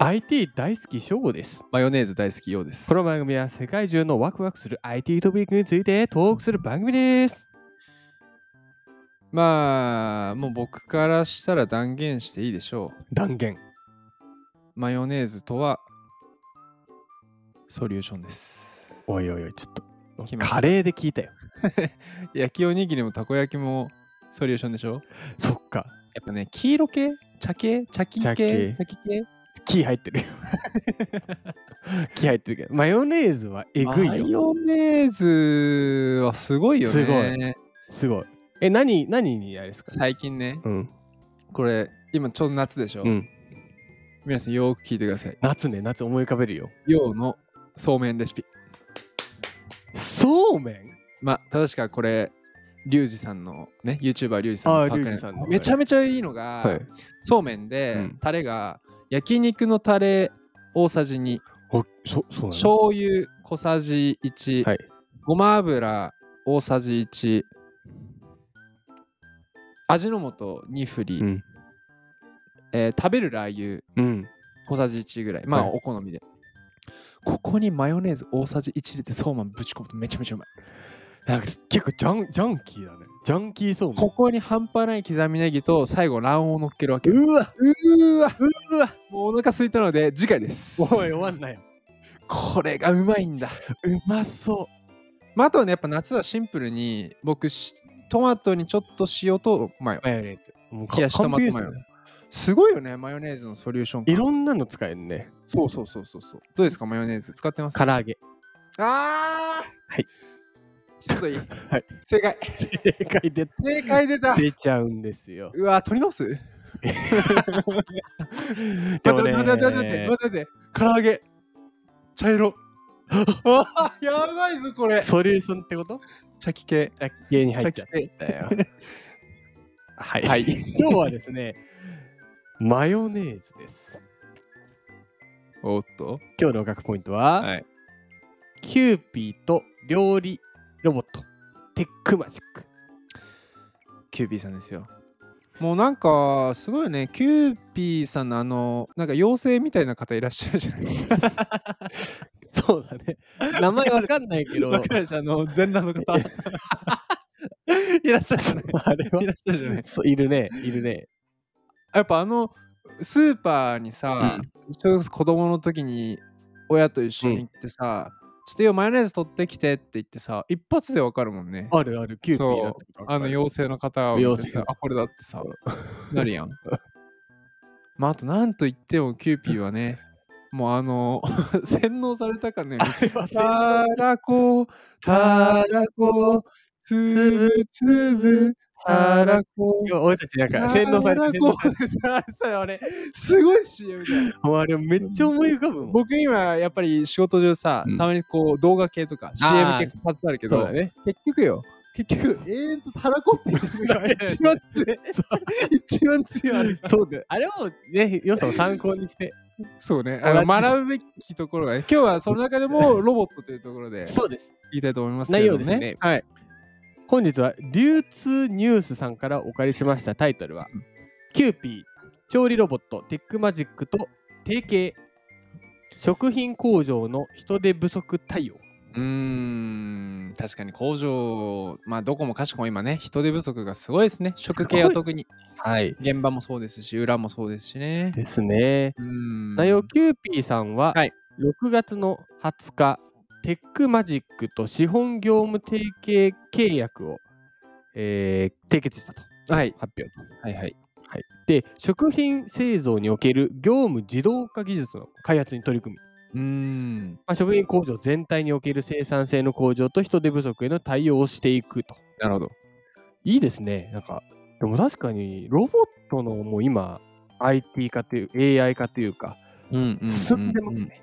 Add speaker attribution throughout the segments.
Speaker 1: IT 大好き翔吾です。
Speaker 2: マヨネーズ大好きようです。
Speaker 1: この番組は世界中のワクワクする IT トピックについてトークする番組です。
Speaker 2: まあ、もう僕からしたら断言していいでしょ
Speaker 1: 断言。
Speaker 2: う。マヨネーズとはソリューションです。
Speaker 1: おいおいおい、ちょっと
Speaker 2: 来。ました
Speaker 1: カレーで聞いたよ。
Speaker 2: 焼きおにぎりもたこ焼きもソリューションでしょや
Speaker 1: そっか。
Speaker 2: っぱね、黄色系茶系茶金
Speaker 1: 茶系
Speaker 2: 系茶系系
Speaker 1: 気入ってるよ。気入ってるけど。マヨネーズはえぐ
Speaker 2: マ
Speaker 1: いよ。
Speaker 2: ヨネーズはすごいよね。
Speaker 1: すごいすごい。え、何、何にあれですか
Speaker 2: 最近ね、
Speaker 1: うん。
Speaker 2: これ、今ちょうど夏でしょ。
Speaker 1: うん。
Speaker 2: 皆さんよーく聞いてください。
Speaker 1: 夏ね、夏思い浮かべるよ。
Speaker 2: ようのそうめんレシピ。
Speaker 1: そうめん
Speaker 2: まあ、正しくはこれ、リュウジさんのね、YouTuber リュウジさん
Speaker 1: あー
Speaker 2: パクね
Speaker 1: リュウジさんの
Speaker 2: めちゃめちゃいいのが、
Speaker 1: はい。
Speaker 2: そうめんで、
Speaker 1: うん
Speaker 2: タレが焼肉のタレ大さじ2、
Speaker 1: お、そ、そうなの
Speaker 2: 醤油小さじ1、
Speaker 1: はい
Speaker 2: ごま油大さじ1、味の素2振り、
Speaker 1: うん
Speaker 2: えー食べるラー油
Speaker 1: うん。
Speaker 2: 小さじ1ぐらい、まあ、
Speaker 1: はい
Speaker 2: お好みで。ここにマヨネーズ大さじ1入れてそうめんぶち込むとめちゃめちゃうまい。
Speaker 1: なんか結構ジャン、ジャンキーだね。ジャンキーそうめん
Speaker 2: こ。こに半端ない刻みネギと最後卵黄を乗っけるわけよ。
Speaker 1: うわ
Speaker 2: うーわ
Speaker 1: うわ
Speaker 2: もうお腹空いたので次回です。
Speaker 1: おい終わんなよ
Speaker 2: これがうまいんだ。
Speaker 1: うまそ
Speaker 2: まあ、あとはねやっぱ夏はシンプルに僕しトマトにちょっと塩とマヨ
Speaker 1: う。マヨネーズもうか
Speaker 2: 冷やしトマトマ
Speaker 1: 完
Speaker 2: ヨ
Speaker 1: 璧ですね。
Speaker 2: すごいよねマヨネーズのソリューション
Speaker 1: い
Speaker 2: 感。
Speaker 1: ろんなの使えるね
Speaker 2: そうそうそうそうそう。どうですかマヨネーズ使ってます
Speaker 1: 唐揚げ
Speaker 2: あー
Speaker 1: はい。
Speaker 2: 一ついい。
Speaker 1: はい
Speaker 2: 正解。
Speaker 1: 正解で
Speaker 2: 正解出た。
Speaker 1: 出ちゃうんです よ
Speaker 2: うわ取り直す。
Speaker 1: でもね
Speaker 2: 待って待って待って待って待って。唐揚げ。茶色。 あやばいぞこれ。
Speaker 1: ソリューションってこと
Speaker 2: 茶器系。
Speaker 1: 家に入
Speaker 2: 茶
Speaker 1: っちゃ
Speaker 2: 器
Speaker 1: っ
Speaker 2: 系。
Speaker 1: たよはい、
Speaker 2: はい
Speaker 1: 今日はですねマヨネーズです
Speaker 2: おっと。
Speaker 1: 今日の学ポイントは、
Speaker 2: はい。
Speaker 1: キューピーと料理ロボットテックマジック
Speaker 2: キューピーさんですよ。もうなんかすごいよね。キューピーさんのあのなんか妖精みたいな方いらっしゃるじゃないですか。
Speaker 1: そうだね名前わかんないけど
Speaker 2: わかるでしょあの全裸の 方。いらっしゃるじゃない。
Speaker 1: あれはい
Speaker 2: らっしゃるじゃない。
Speaker 1: そういるねいるね
Speaker 2: やっぱあのスーパーにさ、それこそ子供の時に親と一緒に行ってさ、ちょっとよマヨネーズ取ってきてって言ってさ一発でわかるもんね
Speaker 1: あるあるキューピーだったこと
Speaker 2: あの妖精の方を見て
Speaker 1: 妖精
Speaker 2: さあこれだってさなるやん まああとなんと言ってもキューピー はねもうあの 洗脳されたかねたらこたらこつぶつぶたらこ
Speaker 1: いや俺たちなんか洗脳されて
Speaker 2: あ
Speaker 1: 洗
Speaker 2: れ
Speaker 1: 脳さ
Speaker 2: あれ さ、あれ、すごい CM だよ。
Speaker 1: れてもうあれめっちゃ思い浮かぶもん。
Speaker 2: 僕今、やっぱり仕事中さ、
Speaker 1: うん
Speaker 2: たまにこう動画系とか CM
Speaker 1: あー
Speaker 2: 系携わるけ
Speaker 1: そう
Speaker 2: ど、
Speaker 1: だね。
Speaker 2: 結局よ、結局、永遠とたらこって言ってるのが一番強い。一番強い。
Speaker 1: そうだよあれをね、よさを参考にして。
Speaker 2: そうね、あの
Speaker 1: 同じ
Speaker 2: 学ぶべきところがね、今日はその中で もロボットというところで
Speaker 1: そうです。
Speaker 2: 言いたいと思いますけれども、ね。
Speaker 1: 内容ですね
Speaker 2: はい。
Speaker 1: 本日は流通ニュースさんからお借りしましたタイトルは、キューピー調理ロボットテックマジックと提携食品工場の人手不足対応。
Speaker 2: うーん、確かに工場、まあどこもかしこも今ね、人手不足がすごいですね。食系は特に。
Speaker 1: はい。
Speaker 2: 現場もそうですし、裏もそうですしね。
Speaker 1: ですね。
Speaker 2: うん
Speaker 1: 内容キューピーさんは、
Speaker 2: はい
Speaker 1: 6月の20日テックマジックと資本業務提携契約を、えー締結したと
Speaker 2: はい。
Speaker 1: 発表と。
Speaker 2: はいはい。
Speaker 1: で食品製造における業務自動化技術の開発に取り組み、
Speaker 2: うーん。
Speaker 1: まあ、食品工場全体における生産性の向上と人手不足への対応をしていくと。
Speaker 2: なるほど。
Speaker 1: いいですね。なんかでも確かにロボットのもう今 IT 化という AI 化というか
Speaker 2: うん
Speaker 1: 進んでますね。。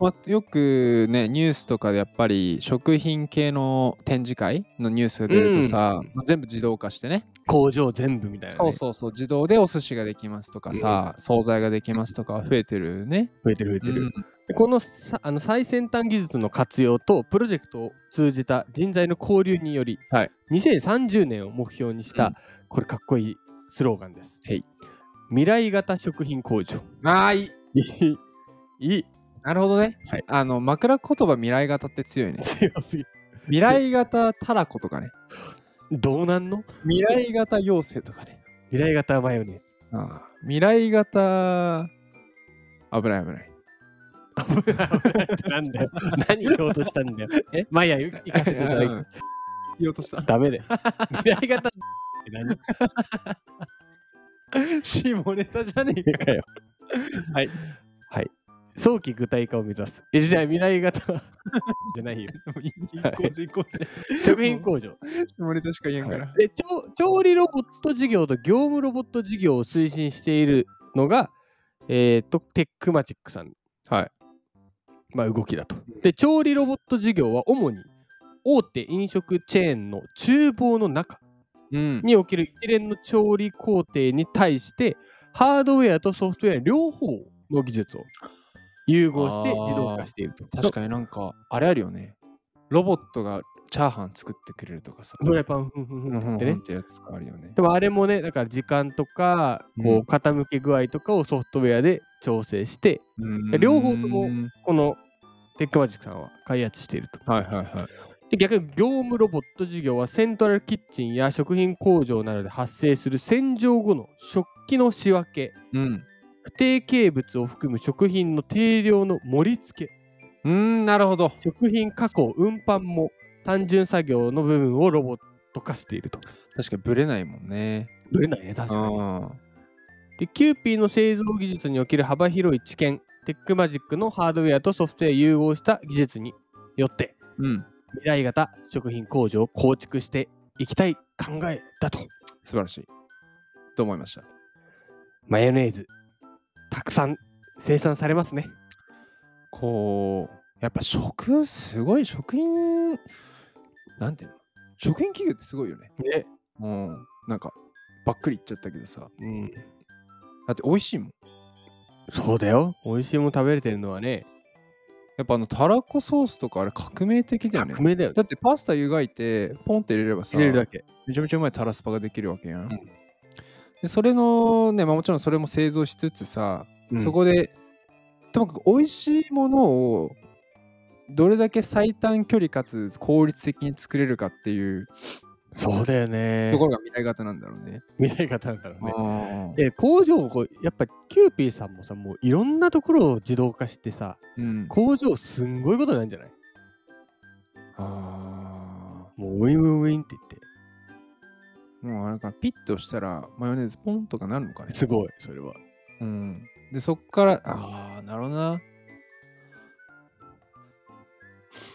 Speaker 2: まあ、よくね、ニュースとかでやっぱり食品系の展示会のニュースが出るとさ、まあ全部自動化してね
Speaker 1: 工場全部みたいな、ね、
Speaker 2: そうそうそう、自動でお寿司ができますとかさ、惣菜ができますとかは増えてるね。
Speaker 1: 増えてる増えてる。
Speaker 2: うん
Speaker 1: でこのさあの最先端技術の活用とプロジェクトを通じた人材の交流により、
Speaker 2: はい
Speaker 1: 2030年を目標にした、
Speaker 2: うん
Speaker 1: これかっこいいスローガンです。
Speaker 2: はい
Speaker 1: 未来型食品工場
Speaker 2: あーいい
Speaker 1: いい、いい、
Speaker 2: なるほどね。
Speaker 1: はい
Speaker 2: あの、枕言葉未来型って強いね。
Speaker 1: 強すぎ。
Speaker 2: 未来型たらことかね。
Speaker 1: どうなんの
Speaker 2: 未来型妖精とかね。
Speaker 1: 未来型マヨネーズ。
Speaker 2: ああ未来型、危ない危ない。
Speaker 1: なん だよ。何言おうとしたんだよ。えマヤ、行かせていただき
Speaker 2: うん言おうとした。
Speaker 1: ダメだよ。未来型って何
Speaker 2: 下ネタじゃねえか。
Speaker 1: かよ。はい。はい。早期具体化を目指す。え、じゃあ未来型じゃないよ。
Speaker 2: 行こうぜ行こうぜ。
Speaker 1: 食品工場。
Speaker 2: 下ネタしか言えんから。
Speaker 1: で調調理ロボット事業と業務ロボット事業を推進しているのが、えー、とテックマジックさん、
Speaker 2: はい
Speaker 1: まあ、動きだと。で調理ロボット事業は主に大手飲食チェーンの厨房の中
Speaker 2: うん。
Speaker 1: における一連の調理工程に対してハードウェアとソフトウェア両方の技術を融合して自動化していると。
Speaker 2: 確かになんか、あれあるよね。ロボットがチャーハン作ってくれるとかさ。
Speaker 1: フライパンふんふんふ
Speaker 2: うんん
Speaker 1: ってね。
Speaker 2: ってやつとかあるよね。
Speaker 1: でもあれもね、だから時間とか、
Speaker 2: う
Speaker 1: こ
Speaker 2: ん
Speaker 1: う傾け具合とかをソフトウェアで調整して、両方とも
Speaker 2: うん
Speaker 1: このテックマジックさんは開発していると。
Speaker 2: はいはいはい。
Speaker 1: で逆に業務ロボット事業はセントラルキッチンや食品工場などで発生する洗浄後の食器の仕分け、
Speaker 2: うん。
Speaker 1: 不定形物を含む食品の定量の盛り付け、
Speaker 2: うーん、なるほど。
Speaker 1: 食品加工、運搬も単純作業の部分をロボット化していると。
Speaker 2: 確かにブレないもんね。
Speaker 1: ぶれないね、確かに。
Speaker 2: あ
Speaker 1: でキューピーの製造技術における幅広い知見テックマジックのハードウェアとソフトウェア融合した技術によって
Speaker 2: ーうん。
Speaker 1: 未来型食品工場を構築していきたい考えだと
Speaker 2: 素晴らしい。と思いました。
Speaker 1: マヨネーズたくさん生産されますね
Speaker 2: こう、やっぱ食、すごい食品、なんていうの食品企業ってすごいよね。
Speaker 1: ね
Speaker 2: もう、なんか、ばっくり言っちゃったけどさ。
Speaker 1: うん
Speaker 2: だって美味しいもん。
Speaker 1: そうだよ美味しいもの食べれてるのはね
Speaker 2: やっぱあの、たらこソースとかあれ革命的だよね
Speaker 1: 革。命だよ
Speaker 2: だってパスタ湯がいて、ポンって入れればさ、
Speaker 1: 入れるだけ
Speaker 2: めちゃめちゃうまいタラスパができるわけやん。
Speaker 1: ん
Speaker 2: でそれのね、まあ、もちろんそれも製造しつつさ、そこでともかく美味しいものをどれだけ最短距離かつ効率的に作れるかっていう
Speaker 1: そうだよね
Speaker 2: ところが未来型なんだろうね。
Speaker 1: 未来型なんだろうね
Speaker 2: あー
Speaker 1: で工場をこうやっぱキューピーさんもさもういろんなところを自動化してさ
Speaker 2: うん、
Speaker 1: 工場すんごいことなんじゃない
Speaker 2: あ
Speaker 1: もうウィンウィンウィンって言って。
Speaker 2: ーもうあれからピッと押したらマヨネーズポンとかなるのかね。
Speaker 1: すごい、それは。
Speaker 2: うん、でそっからああなるほどな。だか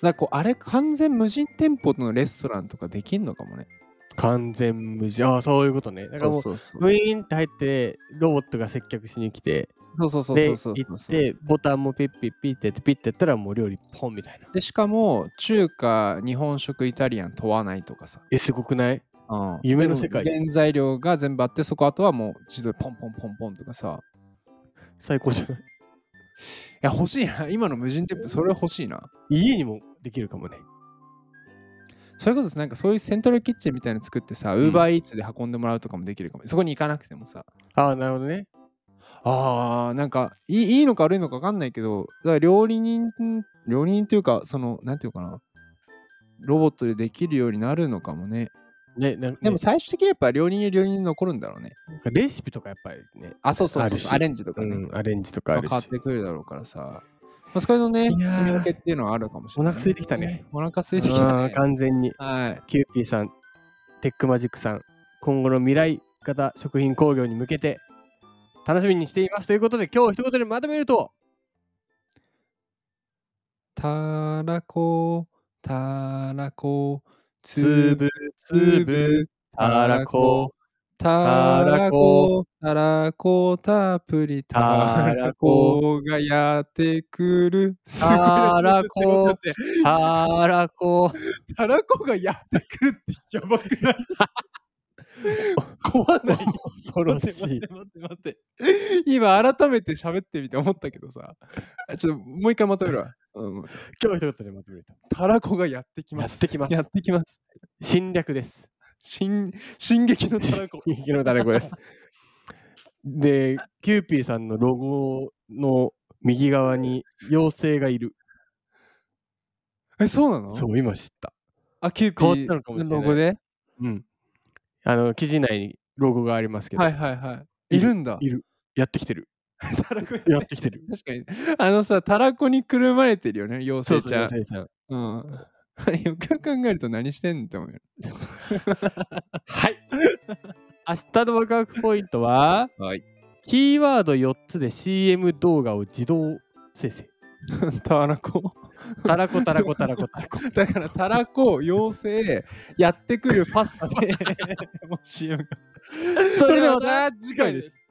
Speaker 2: らこうあれ完全無人店舗のレストランとかできんのかもね。
Speaker 1: 完全無事。ああ、そういうことね。だからもう、
Speaker 2: そうそう
Speaker 1: ウィーンって入って、ロボットが接客しに来て、
Speaker 2: そうそうそう
Speaker 1: で、
Speaker 2: そう
Speaker 1: 行
Speaker 2: そうそう
Speaker 1: っ
Speaker 2: そう。
Speaker 1: て、ボタンもピッピッピッってやって、ピッてやったら、もう料理ポンみたいな。
Speaker 2: でしかも中華日本食イタリアン問わないとかさ、
Speaker 1: え、すごくない
Speaker 2: うん
Speaker 1: 夢の世界じゃん
Speaker 2: 原材料が全部あってそこあとはもう自動でポンポンポンポンとかさ
Speaker 1: 最高じゃない
Speaker 2: いや欲しいな 今の無人店舗それ欲しいな
Speaker 1: 家にもできるかもね。
Speaker 2: それこそなんかそういうセントラルキッチンみたいなの作ってさウ
Speaker 1: ん
Speaker 2: ーバーイーツで運んでもらうとかもできるかもそこに行かなくてもさ
Speaker 1: ああ、なるほどね。
Speaker 2: あーなんかいいいいのか悪いのか分かんないけどだから料理人料理人というかそのなんていうのかなロボットでできるようになるのかもね
Speaker 1: ね、な
Speaker 2: で
Speaker 1: で
Speaker 2: も
Speaker 1: も、
Speaker 2: 最終的にやっぱ料理人は料理人残るんだろうね
Speaker 1: なんかレシピとかやっぱりね、
Speaker 2: あ、そうそう
Speaker 1: あ
Speaker 2: そ
Speaker 1: る
Speaker 2: う
Speaker 1: し
Speaker 2: そう。アレンジとか
Speaker 1: う
Speaker 2: ね。ま
Speaker 1: ん、アレンジとか
Speaker 2: あ
Speaker 1: あ
Speaker 2: 変
Speaker 1: る
Speaker 2: わっ。
Speaker 1: して
Speaker 2: くるだろうからさ。まあ、そこのね、
Speaker 1: いやー
Speaker 2: 住み分けっていうのはあるかもしれな
Speaker 1: お
Speaker 2: い、
Speaker 1: 腹空いてきたね。
Speaker 2: お腹空いてきた、
Speaker 1: あ
Speaker 2: ね
Speaker 1: ー。完全に。
Speaker 2: はい。
Speaker 1: キューピーさん、テックマジックさん、今後の未来型食品工業に向けて楽しみにしていますということで、今日一言でまとめると、
Speaker 2: たらこ、たらこ、
Speaker 1: つぶつぶ、たらこ、、
Speaker 2: た
Speaker 1: ら
Speaker 2: ら
Speaker 1: こ
Speaker 2: こ、たらこ、たっぷり、
Speaker 1: たらこ
Speaker 2: がやってく る。
Speaker 1: たらこ
Speaker 2: すごいな
Speaker 1: たらこ、
Speaker 2: たらこがやってくるってやばくない怖ない
Speaker 1: 恐ろしい。
Speaker 2: 待って待って待って。今改めて喋ってみて思ったけどさ。あちょっともう一回まとめるわ。うん
Speaker 1: 今日一言でまとめると、
Speaker 2: たらこがやってき
Speaker 1: や
Speaker 2: ま
Speaker 1: っ
Speaker 2: す。
Speaker 1: てきます。
Speaker 2: やってきます。
Speaker 1: 侵略です。
Speaker 2: 進進撃のたらこ。
Speaker 1: 右のたらこです。で、キューピーさんのロゴの右側に妖精がいる。
Speaker 2: え、そうなの
Speaker 1: そう、今知った。
Speaker 2: あ、キューピー
Speaker 1: 変わったのかもしれない
Speaker 2: のロゴで
Speaker 1: うん。あの、記事内にロゴがありますけど、
Speaker 2: はいはいはい。いるんだ。
Speaker 1: いる。やってきて る。
Speaker 2: たらこに
Speaker 1: やってきてる。
Speaker 2: 確かに。あのさ、たらこにくるまれてるよね、妖精ちゃん。
Speaker 1: 妖精ちゃん。
Speaker 2: うん。よくよく考えると何してんのって思うよ。
Speaker 1: はい。明日のワクワクポイントは、
Speaker 2: はい。
Speaker 1: キーワード4つで CM 動画を自動生成。
Speaker 2: たらこ。
Speaker 1: たらこたらこたらこたらこ。
Speaker 2: だから、たらこ、妖精、やってくるパスタで、もう CM が。
Speaker 1: そ
Speaker 2: そ
Speaker 1: れで
Speaker 2: れで
Speaker 1: は
Speaker 2: は
Speaker 1: ま
Speaker 2: ま
Speaker 1: た
Speaker 2: た
Speaker 1: 次
Speaker 2: 次
Speaker 1: 回
Speaker 2: 回
Speaker 1: で
Speaker 2: ですす。